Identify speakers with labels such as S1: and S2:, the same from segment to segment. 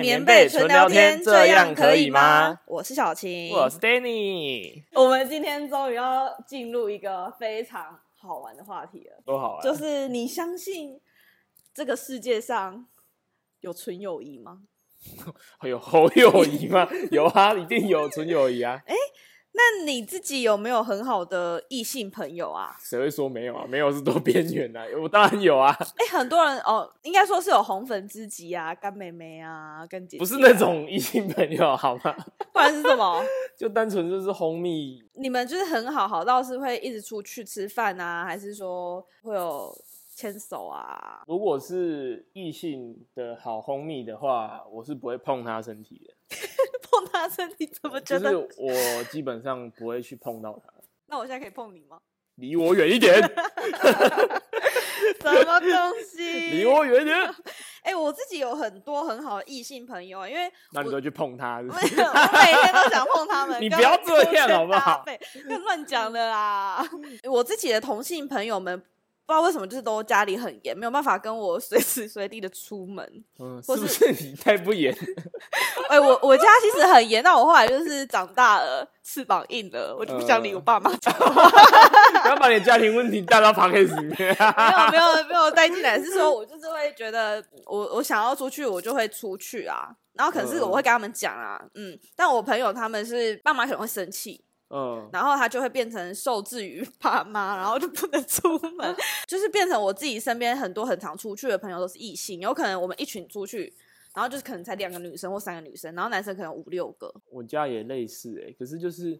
S1: 棉被纯聊天，这样可以吗？
S2: 我是小晴，
S1: 我是 Danny，
S2: 我们今天终于要进入一个非常好玩的话题了，
S1: 多好啊玩！
S2: 就是你相信这个世界上有纯友谊吗？
S1: 有侯友谊吗？ 有啊，一定有纯友谊啊！
S2: 哎那你自己有没有很好的异性朋友啊？
S1: 谁会说没有啊？没有是多边缘啊！ 我当然有啊，
S2: 哎、很多人哦，应该说是有红粉知己啊，干妹妹啊，跟姐姐、
S1: 不是那，种异性朋友好吗？
S2: 不然是什么？
S1: 就单纯就是红蜜，
S2: 你们就是很好，好到是会一直出去吃饭啊，还是说会有牵手啊？
S1: 如果是异性的好红蜜的话，我是不会碰他身体的，
S2: 碰他身体怎么觉
S1: 呃就
S2: 得？
S1: 是我基本上不会去碰到他，
S2: 那我现在可以碰 你吗？
S1: 离我远一点，
S2: 什么东西？
S1: 离我远一点，
S2: 哎、我自己有很多很好的异性朋友，啊因为
S1: 那你都会去碰他是
S2: 我
S1: 不
S2: 我
S1: 是。
S2: 每天都想碰 他们。
S1: 你
S2: 跟
S1: 不要
S2: 他们
S1: 这
S2: 勾
S1: 样
S2: 肩
S1: 好不好
S2: 搭背？跟乱讲的啦。 我自己的同性朋友们，不知道为什么就是都家里很严，没有办法跟我随时随地的出门。
S1: 嗯，
S2: 或
S1: 是不是你太不严？
S2: 哎、我我家其实很严，但我后来就是长大了，翅膀硬了，我就不想理我爸妈讲话。
S1: 不要把你的家庭问题带到 p o d c a s 里面啊！
S2: 没有没有没有带进来，是说我就是会觉得嗯我我想要出去，我就会出去啊。然后可是
S1: 嗯
S2: 我会跟他们讲啊，嗯，但我朋友他们是爸妈可能会生气，
S1: 嗯，
S2: 然后他就会变成受制于爸妈，然后就不能出
S1: 嗯
S2: 门，就是变成我自己身边很多很常出去的朋友都是异性，有可能我们一群出去，然后就是可能才两个女生或三个女生，然后男生可能五六个，
S1: 我家也类似哎、可是就是，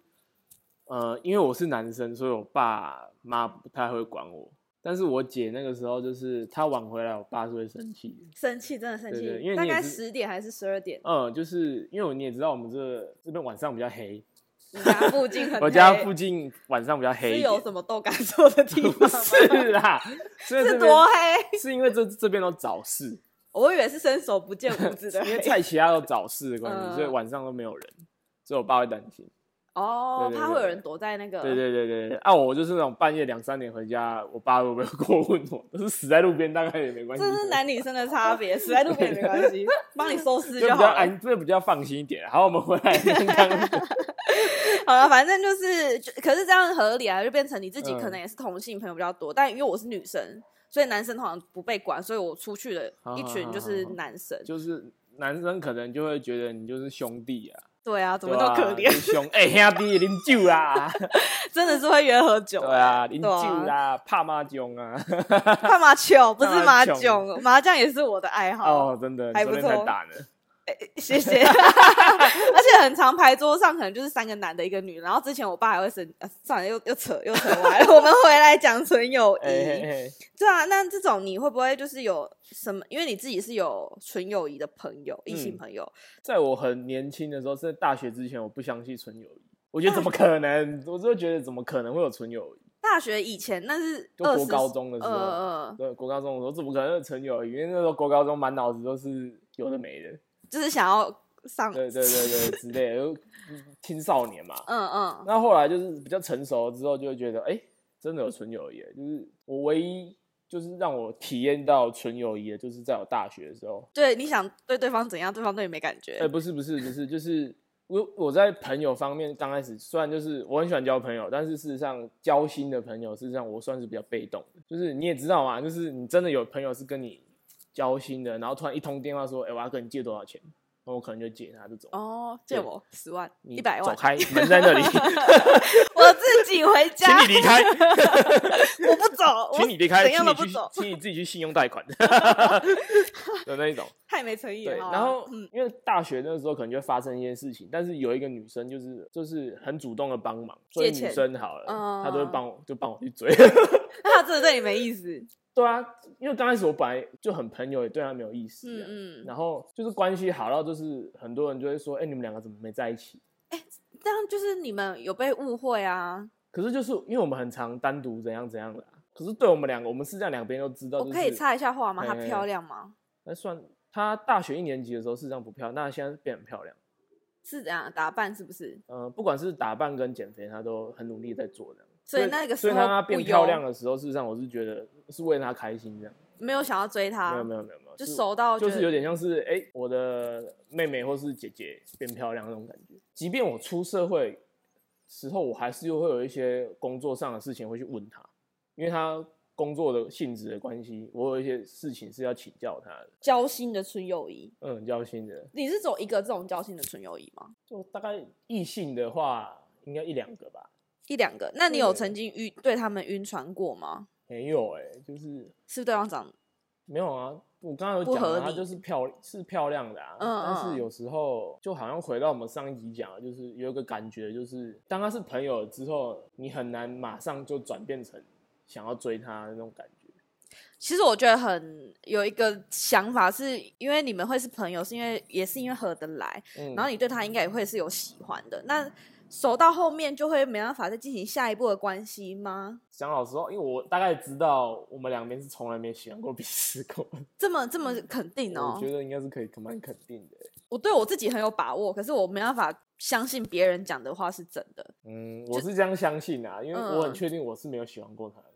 S1: 呃，因为我是男生，所以我爸妈不太会管我。但是我姐那个时候就是她晚回来，我爸是会生气的。
S2: 生气真的生
S1: 对对因
S2: 气，
S1: 为
S2: 大
S1: 你也
S2: 概
S1: 是
S2: 十点还是十二点，
S1: 嗯，就是因为你也知道，我们这这边晚上比较黑，
S2: 你家附近很
S1: 我家
S2: 黑
S1: 附近晚上比较黑
S2: 是
S1: 一
S2: 有
S1: 点。
S2: 什么豆干做的地
S1: 不
S2: 方吗？
S1: 是啦，是因为
S2: 是
S1: 这
S2: 多
S1: 边
S2: 黑？
S1: 是因为这这边都早市，
S2: 我以为是伸手不见五指的
S1: 因为
S2: 黑。
S1: 菜奇亚有早市的关系，
S2: 嗯
S1: 所以晚上都没有人，所以我爸会担心。
S2: 哦，
S1: 对对对
S2: 怕会有人躲在那个。
S1: 对对对对对，啊，我就是那种半夜两三点回家，我爸会不会过问我， 都是死在路边，大概也没关系。
S2: 这是男女生的差 别，死在路边也没关系，帮你收尸
S1: 就比
S2: 好
S1: 较
S2: 了。
S1: 安，这比较放心一点。好，我们回来刚刚
S2: 好了，反正就是，就可是这样合理啊，就变成你自己可
S1: 嗯
S2: 能也是同性朋友比较多，但因为我是女生，所以男生通常不被管，所以我出去的一群就是男生。
S1: 就是男生可能就会觉得你就是兄弟啊，
S2: 对啊，怎么
S1: 对
S2: 那
S1: 吧
S2: 么可怜？
S1: 你兄哎、兄弟啉酒 啦，
S2: 真的是会约喝 酒、
S1: 对啊，
S2: 对
S1: 啉酒啦，怕麻将啊，
S2: 干嘛球不是麻
S1: 干嘛
S2: 将，麻将也是我的爱好。
S1: 哦，真的，
S2: 还
S1: 昨
S2: 不
S1: 天才
S2: 错
S1: 打呢，
S2: 谢谢。 而且很常牌桌上可能就是三个男的，一个女的。然后之前我爸还会生，呃、算了，又又扯又扯歪了。我 们回来讲纯友谊，
S1: 哎、 嘿嘿
S2: 对啊。那这种你会不会就是有什么？因为你自己是有纯友谊的朋友，异性
S1: 嗯
S2: 朋友，
S1: 在我很年轻的时候，在大学之前，我不相信纯友谊，我觉得怎么可能？ 我就觉得怎么可能会有纯友谊？
S2: 大学以前那是
S1: 就
S2: 二
S1: 国
S2: 十
S1: 高中的时
S2: 呃
S1: 候，
S2: 呃，
S1: 对，国高中的时候怎么可能有纯友谊？因为那时候国高中满脑子都是有的没的，
S2: 就是想要上，
S1: 对对对对之类的，就青少年嘛。
S2: 嗯嗯，
S1: 那后来就是比较成熟了之后，就会觉得，哎、真的有纯友谊，就是我唯一就是让我体验到纯友谊的，就是在我大学的时候。
S2: 对，你想对对方怎样，对方对你没感觉，
S1: 哎、不是不是不是，就是我我在朋友方面刚开始，虽然就是我很喜欢交朋友，但是事实上交心的朋友，事实上我算是比较被动的。就是你也知道嘛，就是你真的有朋友是跟你交心的，然后突然一通电话说，哎、我要跟你借多少钱，那我可能就借他这种。
S2: 哦，借
S1: 对
S2: 我十万、
S1: 你
S2: 一百
S1: 走
S2: 万，
S1: 开，门 在那里，
S2: 我自己回
S1: 请
S2: 家，
S1: 你离开，
S2: 我不走，我
S1: 请你离开，
S2: 怎
S1: 请
S2: 样
S1: 你
S2: 都不
S1: 去
S2: 走，，
S1: 请你自己去信用贷 款 的那一种。
S2: 太没诚意了。
S1: 对，
S2: 好啊
S1: 然后因为大学那时候可能就会发生一些事情，但是有一个女生就是就是很主动的帮忙，所以
S2: 借钱
S1: 女生好了，她都会
S2: 嗯
S1: 帮我就帮我去追。
S2: 那 他真的对你没意思。
S1: 对啊，因为刚开始我本来就很朋友，也对她没有意思、啊。
S2: 嗯嗯，
S1: 然后就是关系好到就是很多人就会说，哎、你们两个怎么没在一起？
S2: 这样就是你们有被误会啊。
S1: 可是就是因为我们很常单独怎样怎样的啊、可是对我们两个，我们是这样两边都知道、就
S2: 我
S1: 是。
S2: 哦可以插一下话吗？
S1: 嘿
S2: 她
S1: 嘿嘿
S2: 漂亮吗？
S1: 那算她大学一年级的时候事实上不漂亮，那她现在变很漂亮。
S2: 是这样打扮是不是？
S1: 呃，不管是打扮跟减肥，她都很努力在做的。
S2: 所以那个时
S1: 所以
S2: 候
S1: 当她变
S2: 不
S1: 漂
S2: 优
S1: 亮的时候，事实上我是觉得是为她开心这样。
S2: 没有想要追他，
S1: 没有没有没有没有，
S2: 啊就是熟到
S1: 就
S2: 觉
S1: 是
S2: 得
S1: 有点像是哎、诶我的妹妹或是姐姐变漂亮那种感觉。即便我出社会时候，我还是又会有一些工作上的事情会去问她，因为她工作的性质的关系，我有一些事情是要请教她的。
S2: 交心的纯友谊。
S1: 嗯，很交心的，
S2: 你是走一个这种交心的纯友谊吗？
S1: 就大概异性的话，应该一两个吧。
S2: 一两个？那你有
S1: 对
S2: 曾经晕对他们晕船过吗？
S1: 没有哎、就是
S2: 是不是对方长
S1: 没有啊。我刚刚有
S2: 不
S1: 讲
S2: 合
S1: 啊，
S2: 理
S1: 她就是漂是漂亮的啊，
S2: 嗯
S1: 但
S2: 嗯
S1: 是有时候就好像回到我们上一集讲的，就是有一个感觉，就是当她是朋友之后，你很难马上就转变成想要追她的那种感觉。
S2: 其实我觉得很有一个想法是，因为你们会是朋友，是因为也是因为合得来，
S1: 嗯，
S2: 然后你对他应该也会是有喜欢的。那熟到后面就会没办法再进行下一步的关系吗？
S1: 讲老实话，因为我大概知道我们两边是从来没喜欢过彼此过，
S2: 这么这么肯定哦
S1: 嗯我、觉得应该是可以蛮肯定的欸、
S2: 我对我自己很有把握，可是我没办法相信别人讲的话是真的。
S1: 嗯，我是这样相信啊，因为我
S2: 嗯
S1: 很确定我是没有喜欢过她的。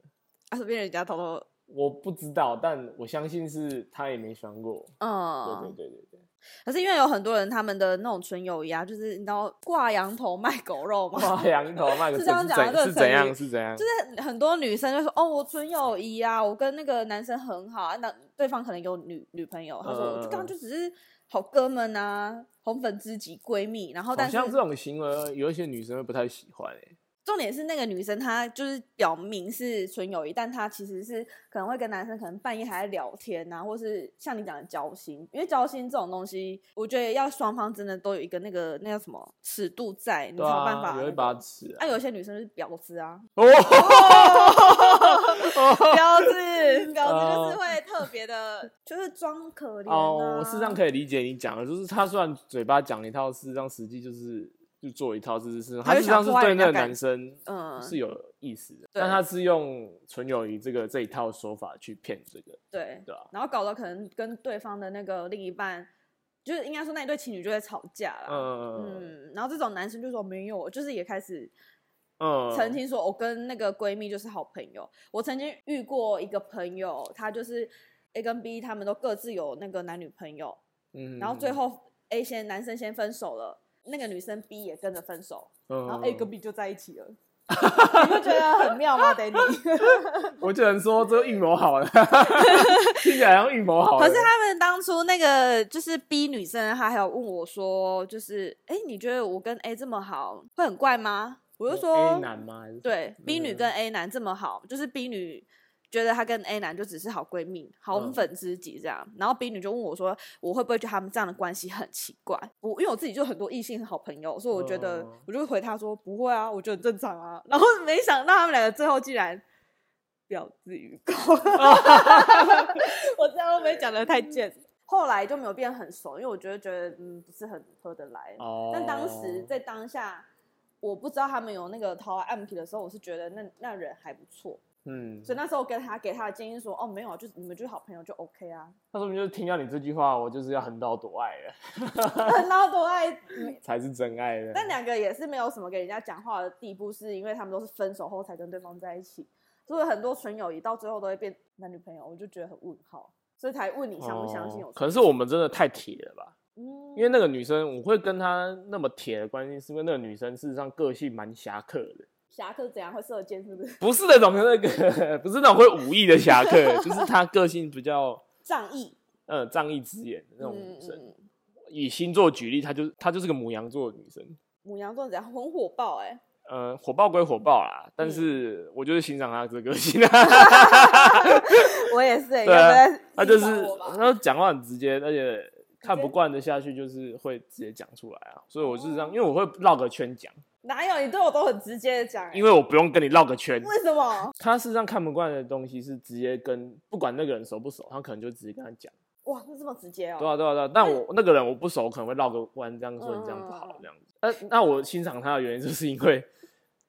S2: 啊，随便人家偷偷，
S1: 我不知道，但我相信是她也没喜欢过我。
S2: 嗯，
S1: 对对对对对，
S2: 可是因为有很多人他们的那种纯友谊啊，就是你知道挂羊头卖狗 肉嘛，
S1: 挂羊头卖狗
S2: 是这样
S1: 是
S2: 讲的
S1: 怎
S2: 这个
S1: 是
S2: 成
S1: 怎
S2: 语
S1: 样是怎样？
S2: 就是很多女生就说哦，我纯友谊啊，我跟那个男生很好啊，那对方可能有女女朋友，她
S1: 嗯
S2: 说我就刚刚就只是好哥们啊，红粉知己闺蜜，然后
S1: 好
S2: 但是
S1: 像这种行为，有一些女生会不太喜欢欸诶、
S2: 重点是那个女生她就是表明是纯友谊，但她其实是可能会跟男生可能半夜还在聊天啊，或是像你讲的交心，因为交心这种东西，我觉得要双方真的都有一个那个那叫什么尺度在，你才
S1: 对
S2: 嗯有办法、
S1: 啊，
S2: 那
S1: 有一
S2: 个
S1: 把尺啊。
S2: 啊，有些女生就是婊子啊，
S1: 哦，
S2: 婊子，婊子
S1: 哦
S2: 就是会特别 的，就是装可怜、啊。
S1: 哦，我事实上可以理解你讲的，就是他虽然嘴巴讲一套，事实上实际就是就做一套，这是
S2: 他
S1: 他
S2: 就
S1: 事实上
S2: 想
S1: 是
S2: 破坏
S1: 对
S2: 人家
S1: 那个
S2: 感
S1: 男生
S2: 嗯，
S1: 是有意思的，
S2: 对
S1: 但他是用纯友谊这个这一套说法去骗这个，
S2: 对，
S1: 对啊吧、
S2: 然后搞得可能跟对方的那个另一半，就是应该说那一对情侣就在吵架啦。
S1: 嗯
S2: 啊嗯，然后这种男生就说没有，就是也开始
S1: 嗯，
S2: 曾经说我哦跟那个闺蜜就是好朋友。我曾经遇过一个朋友，他就是 A 跟 B 他们都各自有那个男女朋友，
S1: 嗯，
S2: 然后最后 A 先男生先分手了，那个女生 B 也跟着分手，
S1: 嗯，
S2: 然
S1: 然
S2: 后哎 A 跟 B 就在一起了。你不觉得很妙吗，Danny？
S1: 我只能说这个预谋好了，听起来好像预谋好了。
S2: 可
S1: 欸
S2: 是他们当初那个就是 B 女生，她还有问我说，就是哎、诶你觉得我跟 A 这么好会很怪吗？我就说
S1: 嗯 A 男哎吗？还是
S2: 对，B 女
S1: 嗯
S2: 跟 A 男这么好，就是 B 女觉得她跟 A 男就只是好闺蜜、红
S1: 嗯
S2: 粉知己这样。然后 B 女就问我说，我会不会觉得他们这样的关系很奇怪？我因为我自己就很多异性好朋友，所以我觉得、
S1: 嗯
S2: 我就回她说不会啊，我觉得很正常啊。然后没想到他们两个最后竟然。婊子与狗， 我这样会不会讲的太贱？ 后来就没有变很熟，因为我觉得觉得嗯不是很合得来。
S1: 哦，
S2: 但当时在当下，我不知道他们有那个桃花暗皮的时候，我是觉得那那人还不错，
S1: 嗯，
S2: 所以那时候跟他给他的建议说，哦，没有啊，就是你们就是好朋友就 OK 啊，
S1: 他说明就是听到你这句话，我就是要横刀夺爱了，
S2: 很老多爱。嗯
S1: 才是真爱的。
S2: 但两个也是没有什么给人家讲话的地步，是因为他们都是分手后才跟对方在一起，所以很多纯友谊到最后都会变男女朋友，我就觉得很问号，所以才问你相不相信
S1: 哦
S2: 有
S1: 可能是我们真的太铁了吧？
S2: 嗯，
S1: 因为那个女生，我会跟她那么铁的关系，是因为那个女生事实上个性蛮侠客的，
S2: 侠客怎样会射箭，是不是
S1: 不是那种 那个，不是那种会武艺的侠客，就是她个性比较
S2: 仗义？
S1: 呃仗义执言的那种
S2: 嗯
S1: 女生。
S2: 嗯嗯
S1: 以星座举例，她就是她就是个母羊座的女生，
S2: 母羊座怎样很火爆 哎、
S1: 呃，火爆归火爆啦，
S2: 嗯
S1: 但是我就是欣赏她这个个性啊。
S2: 我也是、欸，
S1: 对啊
S2: 要不要
S1: 他就
S2: 欣赏
S1: 是
S2: 我吧
S1: 他讲话很直接，而且看不惯的下去就是会直接讲出来啊。所以我就是这
S2: 哦
S1: 样，因为我会绕个圈讲，
S2: 哪有？你对我都很直接的讲、欸，
S1: 因为我不用跟你绕个圈。
S2: 为什么？
S1: 他事实上看不惯的东西是直接跟不管那个人熟不熟，他可能就直接跟他讲。
S2: 哇，是这么直接哦、
S1: 对啊，对啊，对啊。但我那个人我不熟，我可能会绕个弯，这样说你这样不
S2: 嗯
S1: 好，这样子。那那我欣赏他的原因，就是因为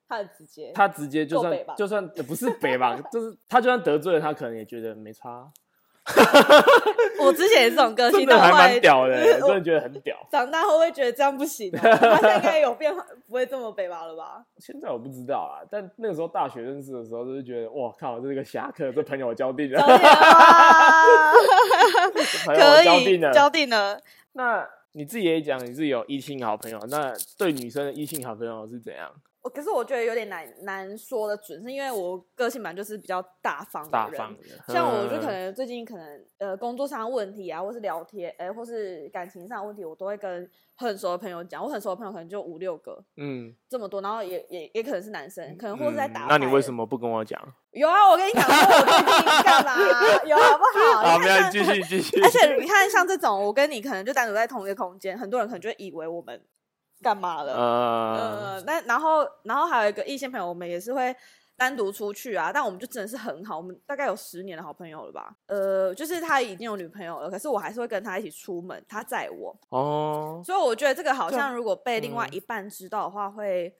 S2: 他很直接，
S1: 他直接就
S2: 哎够北
S1: 算
S2: 吧
S1: 就算呃不是北吧，就是他就算得罪了他，可能也觉得没差。
S2: 我之前也是这种个性，
S1: 真的
S2: 但
S1: 还
S2: 我后来
S1: 蛮屌的、
S2: 就是
S1: 我真的觉得很屌。
S2: 长大后会觉得这样不行、 啊，他现在应该有变化，不会这么北吧了吧？
S1: 现在我不知道啊，但那个时候大学认识的时候，就是觉得哇靠，这是个侠客，这朋友我交定了
S2: 交，定了吗，
S1: 这朋友我
S2: 啊可
S1: 交定
S2: 以
S1: 了。
S2: 交定了。
S1: 那你自己也讲你自己有异性好朋友，那对女生的异性好朋友是怎样？
S2: 我可是我觉得有点难难说的准，是因为我个性本来就是比较大方的
S1: 大
S2: 人
S1: 方的，
S2: 像我就可
S1: 嗯
S2: 能最近可能呃工作上的问题啊，或是聊天，呃，或是感情上的问题，我都会跟很熟的朋友讲。我很熟的朋友可能就五六个
S1: 嗯，
S2: 这么多，然后也也也可能是男生，可能或是在打、
S1: 嗯。那你为什
S2: 么？
S1: 么不跟我讲？
S2: 有啊，我跟你讲说我最 近干嘛，有好不好？
S1: 好，
S2: 你
S1: 啊没
S2: 看
S1: 有，
S2: 像
S1: 你继续继续。
S2: 而且你看，像这种我跟你可能就单独在同一个空间，很多人可能就会以为我们干嘛了。
S1: 呃，
S2: 呃，那然后然后还有一个异性朋友，我们也是会单独出去啊，但我们就真的是很好，我们大概有十年的好朋友了吧。呃，就是他已经有女朋友了，可是我还是会跟他一起出门，他载我，
S1: 哦，
S2: 所以我觉得这个好
S1: 这样
S2: 像如果被另外
S1: 嗯
S2: 一半知道的话，会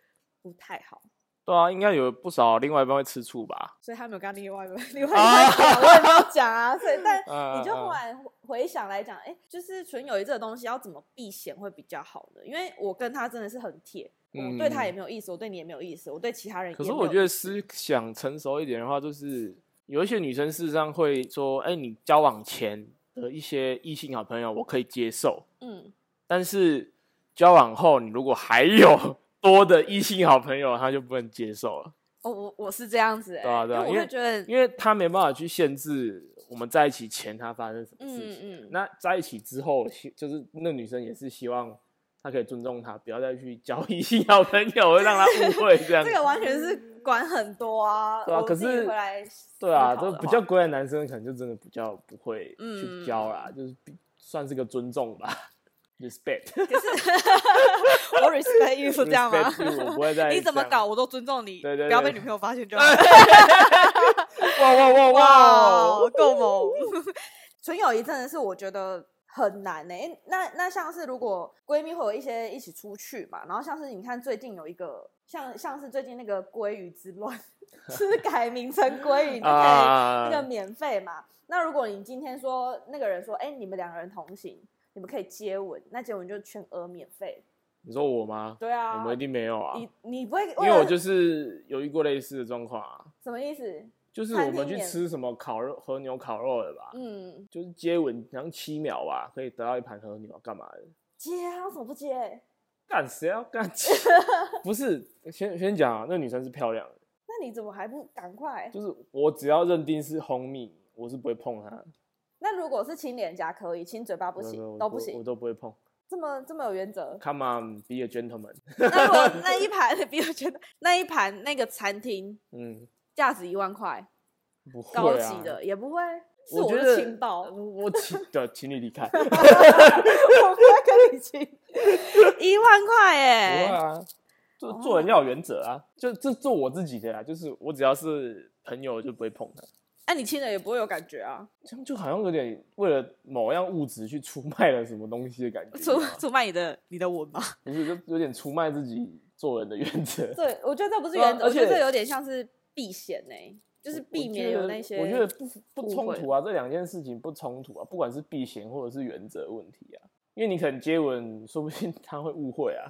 S2: 不太好。
S1: 对啊，应该有不少另外一半会吃醋吧？
S2: 所以他没有跟他另外一 半另外一半讲，我也没有讲啊。所以，但
S1: 嗯
S2: 你就
S1: 嗯
S2: 后来回回想来讲，哎、就是纯友谊这个东西要怎么避嫌会比较好呢？因为我跟他真的是很铁，
S1: 嗯
S2: 我对他也没有意思，我对你也没有意思，我对其他人也
S1: 可
S2: 没
S1: 是
S2: 有。
S1: 我觉得思想成熟一点的话，就是有一些女生事实上会说：“哎、你交往前的一些异性好朋友，我可以接受，
S2: 嗯，
S1: 但是交往后，你如果还有 多的异性好朋友，她就不能接受了，
S2: 哦，我我是这样子、欸，
S1: 对啊对啊
S2: 因为我会觉得，
S1: 因为她没办法去限制我们在一起前她发生什么事情。
S2: 嗯嗯，
S1: 那在一起之后，希就是那女生也是希望她可以尊重她，不要再去交异性好朋友，会让她误会这样子
S2: 这。个完全是管很多啊。
S1: 对啊
S2: 我
S1: 可
S2: 自己
S1: 是
S2: 回来
S1: 对啊，
S2: 思考
S1: 这
S2: 的
S1: 比
S2: 话
S1: 较乖的男生可能就真的比较不会去
S2: 嗯
S1: 教啦，就是比算是个尊重吧，respect。
S2: 我 respect you 是这样吗
S1: respect you，我不会 再
S2: 你怎么
S1: 这样
S2: 搞我都尊重你，
S1: 对对
S2: 不要被
S1: 对
S2: 女朋友发现就好。
S1: 哇哇哇哦哇！
S2: 哇，够猛！哦 纯友谊真的是我觉得很难呢、因为那那像是如果闺蜜会有一些一起出去嘛，然后像是你看最近有一个像像是最近那个鲑鱼之乱， 就是改名成鲑鱼，你就可以那个
S1: 啊，
S2: 免费嘛。那如果你今天说那个人说，哎、你们两个人同行，你们可以接吻，那接吻就全额免费。
S1: 你说我吗？
S2: 对啊，
S1: 我们一定没有啊，
S2: 你你不会
S1: 因为我就是有遇过类似的状况啊，
S2: 什么意思？
S1: 就是
S2: 餐
S1: 我们
S2: 厅
S1: 去
S2: 免
S1: 吃什么烤肉和牛烤肉的吧，
S2: 嗯，
S1: 就是接吻，然后七秒吧，可以得到一盘和牛，干嘛的？
S2: 接啊，为什么不接？
S1: 干谁要干？ 不是，先先讲啊，那女生是漂亮的。
S2: 那你怎么还不赶快？
S1: 就是我只要认定是 homie，我是不会碰他，
S2: 那如果是亲脸颊可以，亲嘴巴不
S1: 没有没有
S2: 行，
S1: 我
S2: 都不
S1: 我
S2: 行，
S1: 都不会碰。。
S2: 这么这么有原则
S1: Come on, be a gentleman。
S2: 那如果那一盘， 比如觉得那一盘那个餐厅
S1: 嗯，
S2: 价值一万块，
S1: 不会、啊、
S2: 高级的也不会，是
S1: 我觉
S2: 就
S1: 得呃
S2: 亲爆， 我
S1: 我请对，请你 离开。
S2: 不会跟你亲，一万块
S1: 不会
S2: 哎，
S1: 啊，做做人要有原则啊，就这做我自己的啦，就是我只要是朋友就不会碰他，
S2: 那你亲了也不会有感觉啊，
S1: 这样就好像有点为了某样物质去出卖了什么东西的感觉，
S2: 出
S1: 你知道吗
S2: 出卖你的你的吻吧？
S1: 不是就有点出卖自己做人的原则。
S2: 对，我觉得这不是
S1: 对啊
S2: 原则，
S1: 而
S2: 我觉得
S1: 且
S2: 这有点像是避嫌哎，就是避免有那些。
S1: 我觉得我觉得不不
S2: 误
S1: 冲
S2: 会
S1: 突啊，这两件事情不冲突啊，不管是避嫌或者是原则问题啊。因为你可能接吻，说不定 他会误会啊，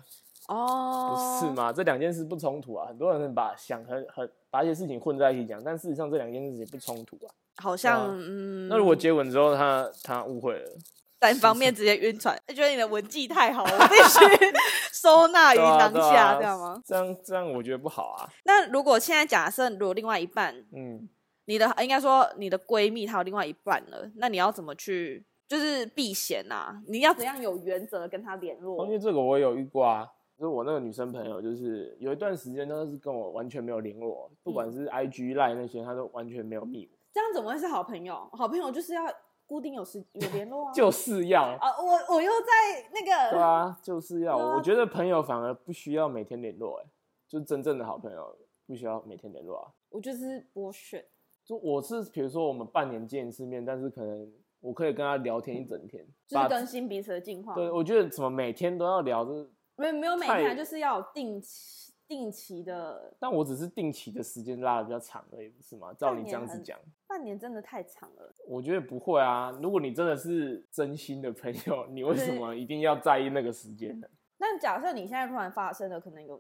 S1: 不
S2: 哦，
S1: 是？吗？这两件事不冲突啊，很多人把想很很把一些事情混在一起讲，但事实上这两件事情不冲突啊。
S2: 好像
S1: 对啊
S2: 嗯，
S1: 那如果接吻之后他他误会了，
S2: 单方面直接晕船，觉得你的文技太好，我必 须收纳于
S1: 对啊
S2: 当
S1: 对
S2: 下，
S1: 啊
S2: 这样吗？
S1: 这样这样我觉得不好啊。
S2: 那如果现在假设，如果另外一半，
S1: 嗯，
S2: 你的应该说你的闺蜜她有另外一半了，那你要怎么去就是避嫌啊？你要怎样有原则地跟她联
S1: 哦因
S2: 络？
S1: 为这个我也有遇过啊，就是我那个女生朋友，就是有一段时间她是跟我完全没有联络，不管
S2: 嗯
S1: 是 IG、Line 那些，她都完全没有密我。
S2: 这样怎么会是好朋友？好朋友就是要固定有时有联络啊。
S1: 就是要，
S2: 啊，我我又在那 个
S1: 对啊，就是要。
S2: 对啊
S1: 我觉得朋友反而不需要每天联络、欸，就真正的好朋友不需要每天联络啊。
S2: 我就是剥削。
S1: 就我是比如说我们半年见一次面，但是可能我可以跟他聊天一整天，
S2: 就是
S1: 把
S2: 更新彼此的近况，
S1: 对，我觉得什么每天都要聊，就是
S2: 没有没有每天啊，
S1: 太
S2: 就是要有定期定期的，
S1: 但我只是定期的时间拉的比较长而已，不是吗？照你这样子讲，
S2: 半年真的太长了。
S1: 我觉得不会啊。如果你真的是真心的朋友，你为什么一定要在意那个时间呢？
S2: 那假设你现在突然发生了，可能有，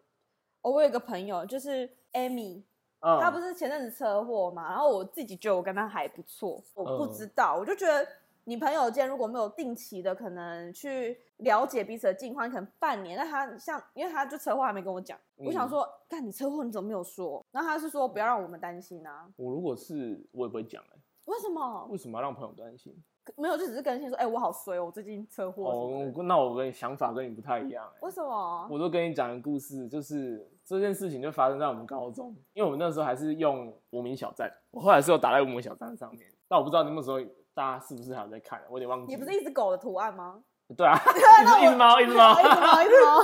S2: 哦，我有一个朋友就是 Amy，
S1: 嗯，
S2: 他不是前阵子车祸嘛，然后我自己觉得我跟他还不错，我不
S1: 嗯
S2: 知道，我就觉得你朋友间如果没有定期的可能去了解彼此的近况，你可能半年，那他像因为他就车祸还没跟我讲，我
S1: 嗯
S2: 想说，看你车祸你怎么没有说？然后他是说不要让我们担心啊，
S1: 我如果是我也不会讲哎、
S2: 为什么？
S1: 为什么要让朋友担心？
S2: 没有，就只是更新说，哎、我好衰哦，我最近车祸什么
S1: 哦
S2: 的。，
S1: 那我跟你想法跟你不太一样哎、
S2: 为什么？
S1: 我都跟你讲个故事，就是这件事情就发生在我们高中，因为我们那时候还是用无名小站，我后来是有打在无名小站上面，但我不知道你们那时候大家是不是还有在看，我有点忘记。
S2: 你不是一只狗的图案吗？
S1: 对 啊，一只一只 猫，一只猫
S2: 不。好意思，不好意思哦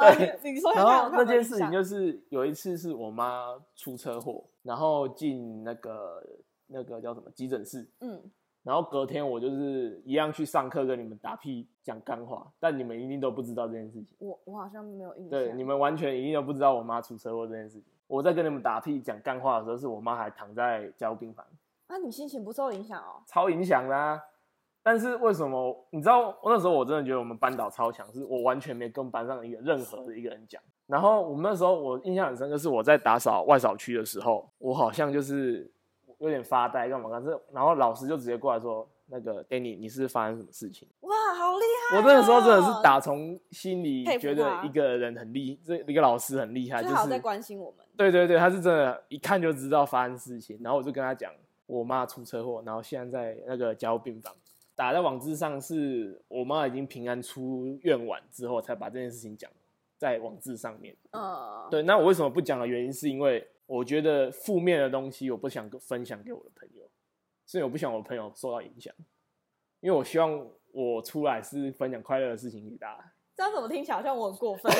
S1: 对
S2: 你你说
S1: 然
S2: 看看
S1: 后
S2: 我看
S1: 那
S2: 不
S1: 件
S2: 看
S1: 事
S2: 得
S1: 情
S2: 上
S1: 就是有一次是我妈出车祸，然后进那个那个叫什么急诊室，
S2: 嗯，
S1: 然后隔天我就是一样去上课跟你们打屁讲干话，但你们一定都不知道这件事情。
S2: 我我好像没有印象。
S1: 对，你们完全一定都不知道我妈出车祸这件事情。我在跟你们打屁讲干话的时候，是我妈还躺在加护病房，
S2: 啊，你心情不受影响哦。
S1: 超影响啦、啊但是为什么？你知道那时候我真的觉得我们班导超强，是我完全没跟班上一个任何的一个人讲。然后我们那时候我印象很深刻，是我在打扫外扫区的时候，我好像就是有点发呆干嘛，但是然后老师就直接过来说：“那个 Danny，你是发生什么事情？”
S2: 哇，好厉害、哦
S1: 我那个时候真的是，打从心里
S2: 哎佩服
S1: 觉得
S2: 他
S1: 一个人很厉，这一个老师很厉害，
S2: 就
S1: 就
S2: 他好在
S1: 是
S2: 关心我们。
S1: 对对对，他是真的，一看就知道发生事情。然后我就跟他讲，我妈出车祸，然后现在在那个加护病房。打在网志上是我妈已经平安出院晚之后，才把这件事情讲在网志上面。
S2: 嗯，，
S1: 对，那我为什么不讲的原因，是因为我觉得负面的东西我不想分享给我的朋友，所以我不想我朋友受到影响，因为我希望我出来是分享快乐的事情给大家。
S2: 这样怎么听起来好像我很过 分？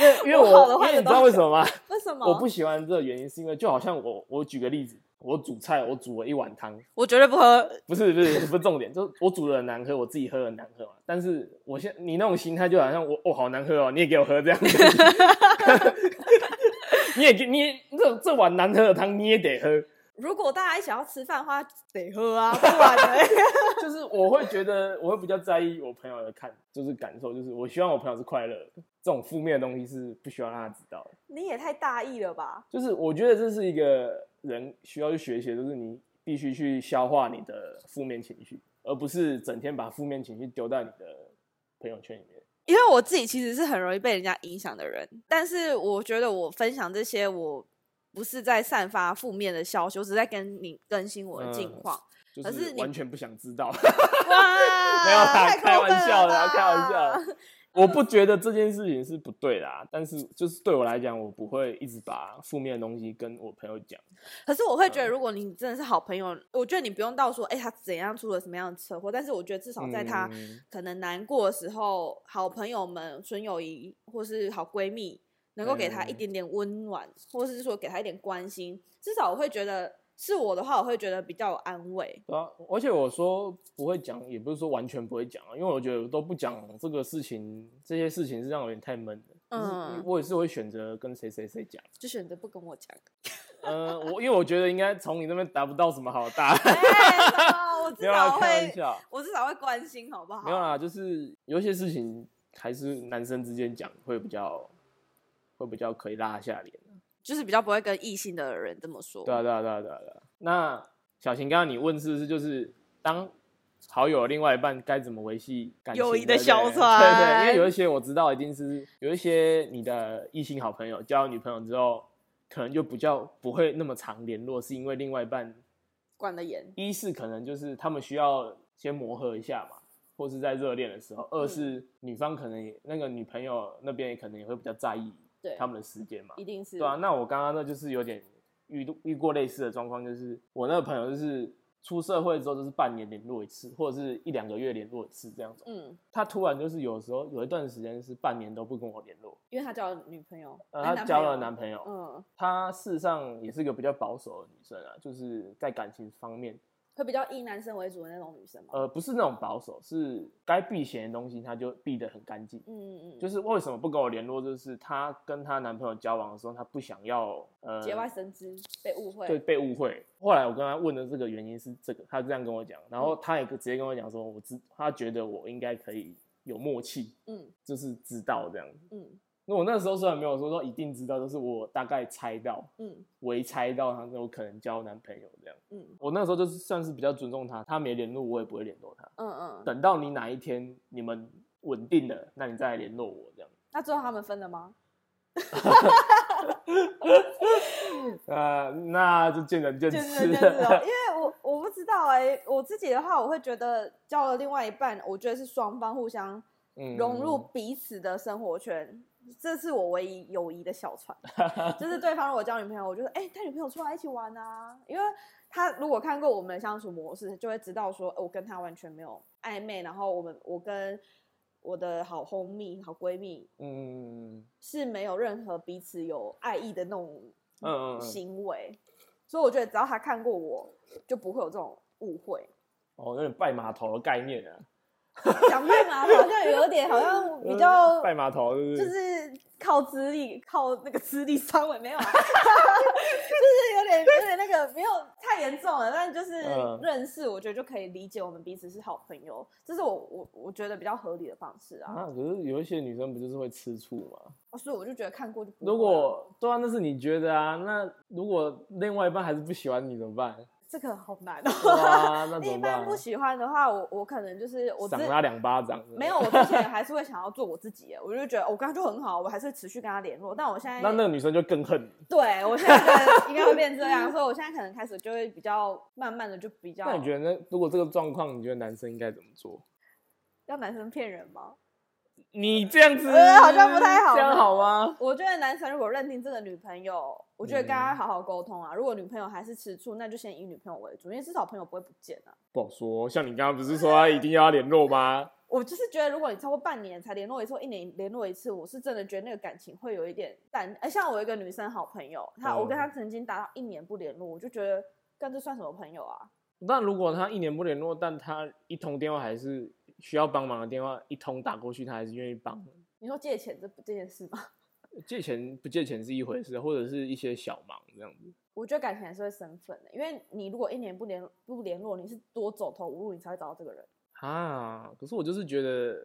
S1: 因为因为
S2: 不好的
S1: 我
S2: 话
S1: 因为
S2: 也
S1: 你
S2: 都
S1: 知道为
S2: 是
S1: 什么吗？
S2: 为什么？
S1: 我不，喜欢这个原因是因为就好像我我举个例子，我煮菜我煮了一碗汤，
S2: 我绝对不喝。
S1: 不是不是不是重点，就是我煮的很难喝，我自己喝得很难喝嘛。但是我现你那种心态就好像我哦好难喝哦，你也给我喝这样子， 你也给你也这这碗难喝的汤你也得喝，
S2: 如果大家一起要吃饭的话，得喝啊，不然呢？
S1: 就是我会觉得我会比较在意我朋友的看就是感受，就是我希望我朋友是快乐的，这种负面的东西是不希望让他知道的。
S2: 你也太大意了吧？
S1: 就是我觉得这是一个人需要去学习的，就是你必须去消化你的负面情绪，而不是整天把负面情绪丢到你的朋友圈里面。
S2: 因为我自己其实是很容易被人家影响的人，但是我觉得我分享这些，我不是在散发负面的消息，我只是在跟你更新我的近
S1: 嗯
S2: 况。
S1: 就
S2: 可是
S1: 是
S2: 你
S1: 完全不想知道，
S2: 哇，
S1: 没有啦，
S2: 太过
S1: 开玩
S2: 分了
S1: 笑的啊，
S2: 吧
S1: 开玩笑的。我不觉得这件事情是不对啦，但是就是对我来讲，我不会一直把负面的东西跟我朋友讲。
S2: 可是我会觉得，如果你真的是好朋友，我觉得你不用到说，哎、他怎样出了什么样的车祸，但是我觉得至少在他
S1: 嗯
S2: 可能难过的时候，好朋友们、损友谊或是好闺蜜，能够给他一
S1: 嗯
S2: 点点温暖，或是说给他一点关心，至少我会觉得。是我的话，我会觉得比较有安慰。
S1: 对啊，而且我说不会讲，也不是说完全不会讲啊，因为我觉得都不讲这个事情，这些事情是让我有点太闷了。
S2: 嗯
S1: 嗯，我也是会选择跟谁谁谁讲。
S2: 就选择不跟我讲。
S1: 呃，我因为我觉得应该从你那边达不到什么好大，
S2: 哎、no，我至
S1: 没有啦，
S2: 少
S1: 开玩
S2: 会，
S1: 笑，
S2: 我至少会关心，好不好？
S1: 没有啦，就是有些事情还是男生之间讲会比较，会比较可以拉下脸。
S2: 就是比较不会跟异性的人这么说。
S1: 对啊，对啊，对啊，对啊，对啊。那小晴，刚刚你问是不是就是当好友另外一半该怎么维系感情
S2: 友谊的
S1: 对不对
S2: 小船
S1: 对对，因为有一些我知道，一定是有一些你的异性好朋友交了女朋友之后，可能就比较不会那么常联络，是因为另外一半
S2: 管得严。
S1: 一是可能就是他们需要先磨合一下嘛，或是在热恋的时候；
S2: 嗯
S1: 二是女方可能也那个女朋友那边也可能也会比较在意
S2: 对，
S1: 他们的时间嘛。
S2: 一定是。
S1: 对啊，那我刚刚那就是有点遇遇过类似的状况，就是我那个朋友就是出社会之后就是半年联络一次，或者是一两个月联络一次这样子。
S2: 嗯，
S1: 他突然就是有时候有一段时间是半年都不跟我联络，
S2: 因为他交了女朋友，嗯
S1: 呃，
S2: 哎
S1: 他交了
S2: 男
S1: 男
S2: 朋
S1: 朋友，
S2: 友，
S1: 她事实上也是一个比较保守的女生啊，就是在感情方面，
S2: 会比较以男生为主的那种女生吗？
S1: 呃，不是那种保守，是该避嫌的东西，她就避得很干净。
S2: 嗯嗯嗯，
S1: 就是为什么不跟我联络？就是她跟她男朋友交往的时候，她不想要呃
S2: 节外生枝，被误会。
S1: 对，被误会。后来我跟他问的这个原因是这个，他这样跟我讲，然后他也直接跟我讲说，我知他觉得我应该可以有默契，
S2: 嗯
S1: 就是知道这样。
S2: 嗯
S1: 那我那时候虽然没有说说一定知道，就是我大概猜到，
S2: 嗯
S1: 微猜到他有可能交男朋友这样。
S2: 嗯
S1: 我那时候就是算是比较尊重他，他没联络我也不会联络他。
S2: 嗯嗯嗯。
S1: 等到你哪一天你们稳定了，那你再来联络我这样。
S2: 那最后他们分了吗？
S1: 呃，那就见仁见
S2: 就
S1: 智
S2: 是就是 哦，因为我我不知道哎、我自己的话，我会觉得交了另外一半，我觉得是双方互相
S1: 嗯
S2: 融入彼此的生活圈，这是我唯一友谊的小 船。就是对方如果交女朋友，我就说，哎、带女朋友出来一起玩啊，因为他如果看过我们的相处模式，就会知道说，呃我跟他完全没有暧昧，然后我们我跟我的好homie、好闺蜜
S1: 嗯
S2: 是没有任何彼此有爱意的那种
S1: 嗯嗯嗯
S2: 行为，所以我觉得只要他看过我，就不会有这种误会。
S1: 哦，有点拜码头的概念啊，
S2: 讲太麻烦，好像有点好像比较
S1: 嗯拜码头，就
S2: 就是是靠资历，靠那个资历上位没 有、啊，就是有点有点那个没有太严重了，但就是
S1: 嗯
S2: 认识，我觉得就可以理解我们彼此是好朋友，这是我我我觉得比较合理的方式啊。
S1: 啊，可是有一些女生不就是会吃醋吗？
S2: 所以我就觉得看过就不会啊
S1: 嗯如果对啊，那是你觉得啊，那如果另外一半还是不喜欢你怎么办？
S2: 这个好难哦。
S1: 哇， 那怎
S2: 另一
S1: 么
S2: 般
S1: 办？
S2: 不喜欢的话，我我可能就是我自
S1: 赏他两巴掌。
S2: 没有，我之前还是会想要做我自己，我就觉得我刚刚就很好，我还是会持续跟他联络，但我现在
S1: 那那个女生就更恨你。
S2: 对我现在觉得应该会变这样，所以我现在可能开始就会比较慢慢的就比较。
S1: 那你觉得呢？如果这个状况，你觉得男生应该怎么做？
S2: 要男生骗人吗？
S1: 你这样子
S2: 呃好像不太好
S1: 这样好啊吗？
S2: 我觉得男生如果认定这个女朋友，我觉得跟
S1: 嗯
S2: 他好好沟通啊。如果女朋友还是吃醋，那就先以女朋友为主，因为至少朋友不会不见啊。
S1: 不好说。像你刚刚不是说他一定要联络吗？
S2: 我就是觉得，如果你超过半年才联络一次，或一年联络一次，我是真的觉得那个感情会有一点淡。哎，像我有一个女生好朋友，她、
S1: 嗯
S2: 我跟她曾经达到一年不联络，我就觉得，干这算什么朋友啊？
S1: 那如果他一年不联络，但他一通电话还是需要帮忙的电话，一通打过去，他还是愿意帮。
S2: 你说借钱这这件事吗？
S1: 借钱不借钱是一回事，或者是一些小忙这样子。
S2: 我觉得感情还是会生分的，因为你如果一年不联不联络，你是多走投无路，你才会找到这个人。
S1: 啊，可是我就是觉得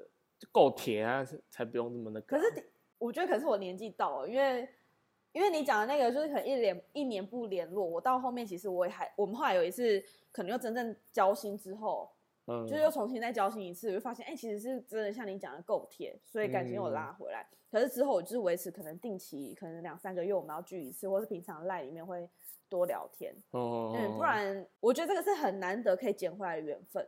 S1: 够铁啊，才不用这么那个
S2: 可
S1: 啊。
S2: 是你我觉得，可是我年纪到了，因为因为你讲的那个就是可能一连一年不联络，我到后面其实我也还，我们后来有一次可能又真正交心之后，
S1: 嗯，
S2: 就是又重新再交心一次，我就发现哎、其实是真的像你讲的够贴，所以感情有拉回来。可是之后我就是维持可能定期，可能两三个月我们要聚一次，或是平常赖里面会多聊天。
S1: 哦，
S2: 嗯，不然我觉得这个是很难得可以捡回来的缘分，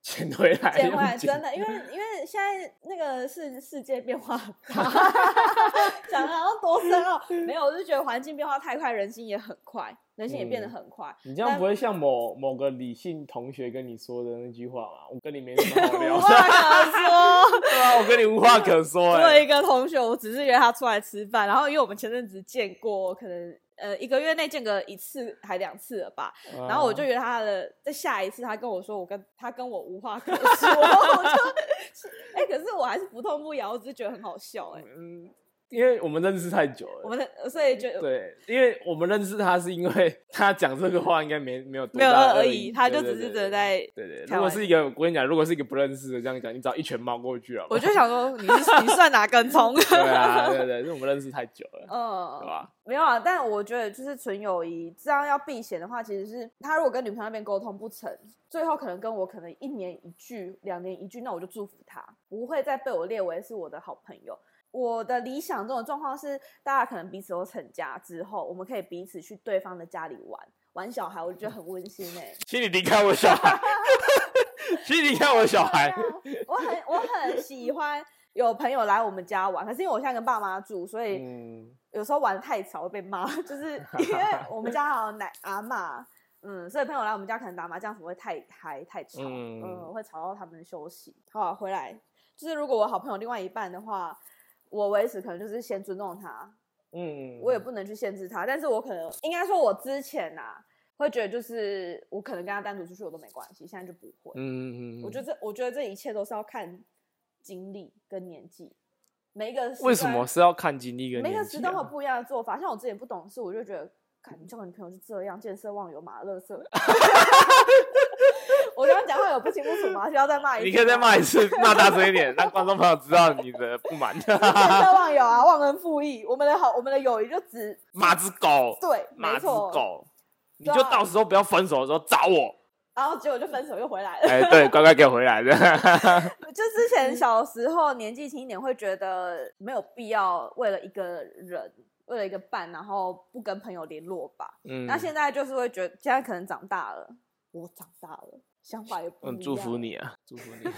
S1: 捡回来，
S2: 捡回来
S1: 捡
S2: 真的， 因为因为现在那个世世界变化很 大，讲的好像多深奥，没有，我就觉得环境变化太快，人心也很快，人心也
S1: 嗯
S2: 变得很快。
S1: 你这样
S2: 但
S1: 不会像某某个理性同学跟你说的那句话吗？我跟你没什么好聊
S2: 无话
S1: 的，
S2: 可说。
S1: 对啊，我跟你无话可说、
S2: 我有
S1: 哎，
S2: 一个同学，我只是约他出来吃饭，然后因为我们前阵子见过，可能呃一个月内见个一次还两次了吧，然后我
S1: 哦啊
S2: 就约他的，在下一次他跟我说，我跟他跟我无话可说， 我就哎、可是我还是不痛不痒，我只是觉得很好笑哎、
S1: 嗯，因为我们认识太久
S2: 我
S1: 了。
S2: 们的所以就
S1: 对，因为我们认识他是因为 他讲这个话应该没没有多
S2: 没有
S1: 大的
S2: 而
S1: 恶
S2: 已，
S1: 意，
S2: 他就
S1: 对
S2: 只
S1: 对
S2: 是
S1: 对
S2: 真的在。
S1: 对对，
S2: 开
S1: 如果
S2: 玩
S1: 是一个我跟你讲，如果是一个不认识的这样讲，你找一拳猫过去啊，
S2: 我就想说，你是你算哪根葱？
S1: 对啊，对对，因为我们认识太久了，
S2: 嗯，
S1: 对吧？
S2: 没有啊，但我觉得就是纯友谊，这样要避嫌的话，其实是他如果跟女朋友那边沟通不成，最后可能跟我可能一年一聚、两年一聚，那我就祝福他，不会再被我列为是我的好朋友。我的理想中的状况是，大家可能彼此都成家之后，我们可以彼此去对方的家里玩玩小孩，我觉得很温馨哎、
S1: 请你离开我小孩， 请你离开我小孩。
S2: 对啊我很我很喜欢有朋友来我们家玩，可是因为我现在跟爸妈住，所以
S1: 嗯，
S2: 有时候玩的太吵会被骂， 就是因为我们家好像奶阿妈，嗯，所以朋友来我们家可能打麻将不会太嗨太吵，嗯
S1: 嗯
S2: 会吵到他们休息。好、啊，回来就是如果我好朋友另外一半的话，我维持可能就是先尊重他，
S1: 嗯，
S2: 我也不能去限制他，但是我可能应该说，我之前啊，会觉得就是我可能跟他单独出去我都没关系，现在就不会。
S1: 嗯嗯嗯，
S2: 我觉
S1: 得
S2: 得这，我觉得这一切都是要看经历跟年纪，每一个时
S1: 为什
S2: 段
S1: 么是要看经历跟
S2: 每个
S1: 年
S2: 时
S1: 纪
S2: 段会
S1: 啊？
S2: 不一样的做法。像我之前不懂事，我就觉得，看你交个女朋友就这样，见色忘友嘛，乐色。 我刚刚讲话有不清不楚吗？需要再骂一次？
S1: 你可以再骂一。 次，骂大声一点，让观众朋友知道你的不满。
S2: 见色忘友啊，忘恩负义。我们的好，我们的友谊就只
S1: 马子狗，
S2: 对，
S1: 马
S2: 没
S1: 子
S2: 错。
S1: 狗，你
S2: 对啊
S1: 就到时候不要分手的时候找我。
S2: 然后结果就分手又回来了。
S1: 哎，对，乖乖给我回 来的。
S2: 就之前小时候年纪轻一点，会觉得没有必要为了一个人，为了一个伴，然后不跟朋友联络吧。
S1: 嗯，
S2: 那现在就是会觉得，现在可能长大了，我长大了，想法也不一
S1: 嗯，
S2: 样。
S1: 祝福，你啊，祝福你。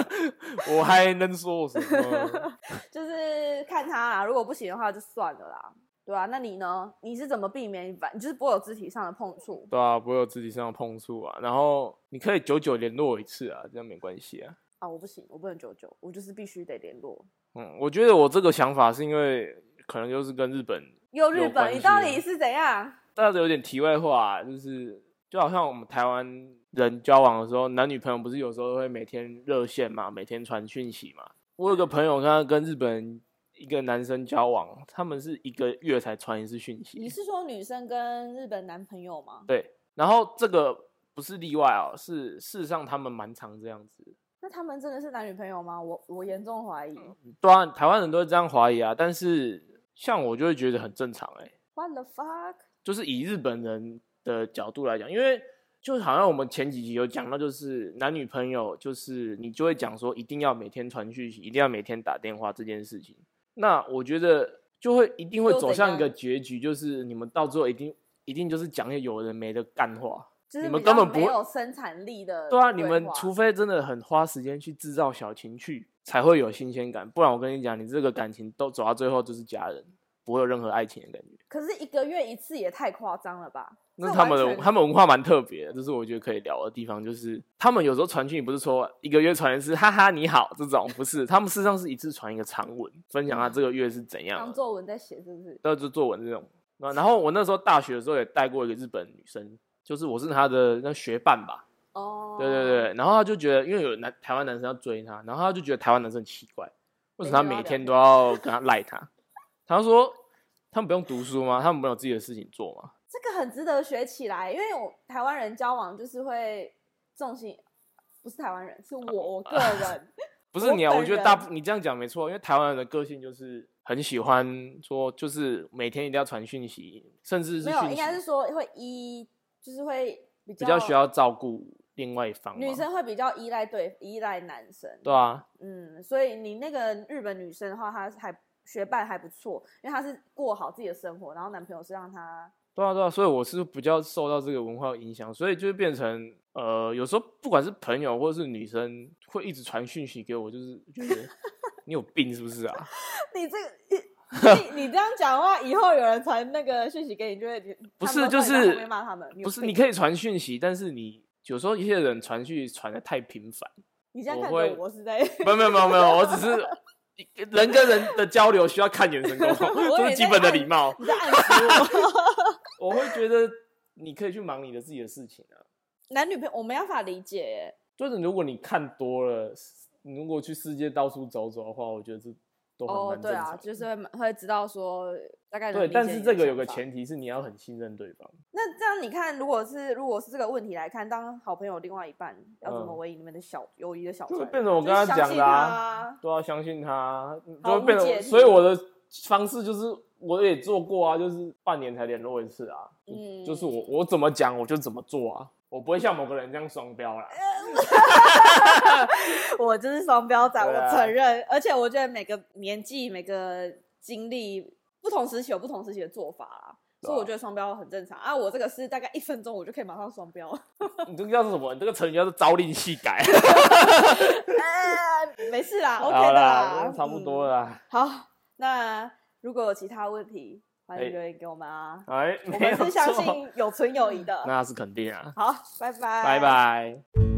S1: 我还能说 什么？
S2: 就是看他啦。如果不行的话，就算了啦。对啊，那你呢？你是怎么避免？你就是不会有肢体上的碰触。
S1: 对啊，不会有肢体上的碰触啊。然后你可以久久联络我一次啊，这样没关系啊。
S2: 啊，我不行，我不能久久，我就是必须得联络。
S1: 嗯，我觉得我这个想法是因为可能就是跟日本，
S2: 又日
S1: 有
S2: 本，
S1: 关
S2: 你
S1: 系啊
S2: 到
S1: 的
S2: 底是怎样？
S1: 大家有点题外话、啊，就是就好像我们台湾人交往的时候，男女朋友不是有时候会每天热线嘛，每天传讯息嘛。我有个朋友，他跟日本一个男生交往，他们是一个月才传一次讯息。
S2: 你是说女生跟日本男朋友吗？
S1: 对，然后这个不是例外哦，是事实上他们蛮常这样子。
S2: 那他们真的是男女朋友吗？我我严重怀疑。
S1: 对啊，台湾人都会这样怀疑啊，但是像我就会觉得很正常哎、
S2: What the fuck？
S1: 就是以日本人的角度来讲，因为就好像我们前几集有讲到，就是男女朋友，就是你就会讲说一定要每天传讯息，一定要每天打电话这件事情。那我觉得就会一定会
S2: 又
S1: 走
S2: 怎
S1: 向一个
S2: 样
S1: 结局，就是你们到最后一定一定就是讲一些有的没的干话。
S2: 就是
S1: 你们
S2: 比较
S1: 根本不
S2: 没
S1: 会
S2: 有生产力的
S1: 对啊，你
S2: 对
S1: 们
S2: 话
S1: 除非真的很花时间去制造小情趣，才会有新鲜感。不然我跟你讲，你这个感情都走到最后就是家人，不会有任何爱情的感觉。
S2: 可是一个月一次也太夸张了吧？
S1: 那
S2: 这
S1: 他们
S2: 完
S1: 的
S2: 全
S1: 他们文化蛮特别的，这是我觉得可以聊的地方。就是他们有时候传讯，不是说一个月传一次“哈哈你好”这种，不是，他们事实上是一次传一个长文，分享他这个月是怎样
S2: 当
S1: 的，
S2: 作文在写，是不是？
S1: 那就作文这种。那然后我那时候大学的时候也带过一个日本女生，就是我是她的那学伴吧，
S2: 哦，
S1: 对对，对，然后他就觉得，因为有男台湾男生要追他，然后他就觉得台湾男生很奇怪，为什么他每天都要跟他赖他？他说他们不用读书吗？他们没有自己的事情做吗？
S2: 这个很值得学起来，因为我台湾人交往就是会重心，不是台湾人，是我
S1: 哦
S2: 我个 人，
S1: 不是你啊，
S2: 我本
S1: 我觉得大
S2: 人
S1: 部你这样讲没错，因为台湾人的个性就是很喜欢说，就是每天一定要传讯息，甚至是
S2: 没有，
S1: 讯
S2: 应该是
S1: 息
S2: 说会依，就是会比
S1: 比较需要照顾另外一方嘛。
S2: 女生会比较依赖对依赖男生，
S1: 对啊，
S2: 嗯，所以你那个日本女生的话，她还学伴还不错，因为她是过好自己的生活，然后男朋友是让她
S1: 对啊，对啊，所以我是比较受到这个文化影响，所以就变成呃，有时候不管是朋友或者是女生，会一直传讯息给我，就是觉 得你有病是不是啊？
S2: 你这 个你你这样讲话，以后有人传那个讯息给你，就会觉得
S1: 不
S2: 他
S1: 是
S2: 们
S1: 就
S2: 会在后
S1: 是
S2: 面骂他们，有
S1: 不是，你
S2: 病
S1: 可以传讯息，但是你有时候一些人传讯息传的太频繁，
S2: 你这样
S1: 我
S2: 看
S1: 会
S2: 着我是在
S1: 没有没有没有没有，我只是人跟人的交流需要看眼神沟通
S2: 我，以
S1: 这
S2: 为
S1: 是基
S2: 在
S1: 本的
S2: 按
S1: 礼貌。
S2: 你在暗示 我
S1: 我会觉得你可以去忙你的自己的事情啊，
S2: 男女朋友，我没办法理解耶。
S1: 就是如果你看多了，你如果去世界到处走走的话，我觉得这都还
S2: 哦，
S1: 蛮
S2: 对
S1: 正常
S2: 啊，
S1: 的。
S2: 就是会会知道说大概能
S1: 对，
S2: 理
S1: 但
S2: 解
S1: 是
S2: 你
S1: 这
S2: 的
S1: 个有
S2: 想
S1: 个
S2: 法
S1: 前提是你要很信任对方。
S2: 那这样你看，如果是如果是这个问题来看，当好朋友另外一半要怎么
S1: 嗯
S2: 维系你们的小友谊的小
S1: 就
S2: 船？
S1: 变成我
S2: 就
S1: 跟他
S2: 相
S1: 讲
S2: 信
S1: 的啊
S2: 他啊
S1: 都要相信他，
S2: 好
S1: 就会变
S2: 无解
S1: 得。
S2: 题
S1: 所以我的方式就是，我也做过啊，就是半年才联络一次啊。
S2: 嗯
S1: 就是我我怎么讲我就怎么做啊，我不会像某个人这样双标啦。
S2: 我就是双标仔，
S1: 对啊
S2: 我承认。而且我觉得每个年纪、每个经历，不同时期有不同时期的做法啦。
S1: 对啊
S2: 所以我觉得双标很正常啊！我这个是大概一分钟我就可以马上双标，
S1: 你这个叫做什么？你这个成语叫做朝令夕 改。
S2: 哎没事啦
S1: 好
S2: ，OK 的
S1: 啦，差不
S2: 嗯
S1: 多啦。
S2: 好，那如果有其他问题，欢
S1: 哎
S2: 迎留言给我们啊！
S1: 哎，
S2: 我
S1: 没
S2: 们
S1: 有
S2: 是相
S1: 错，
S2: 信有存有疑的。
S1: 那是肯定啊。
S2: 好，拜拜，
S1: 拜。拜。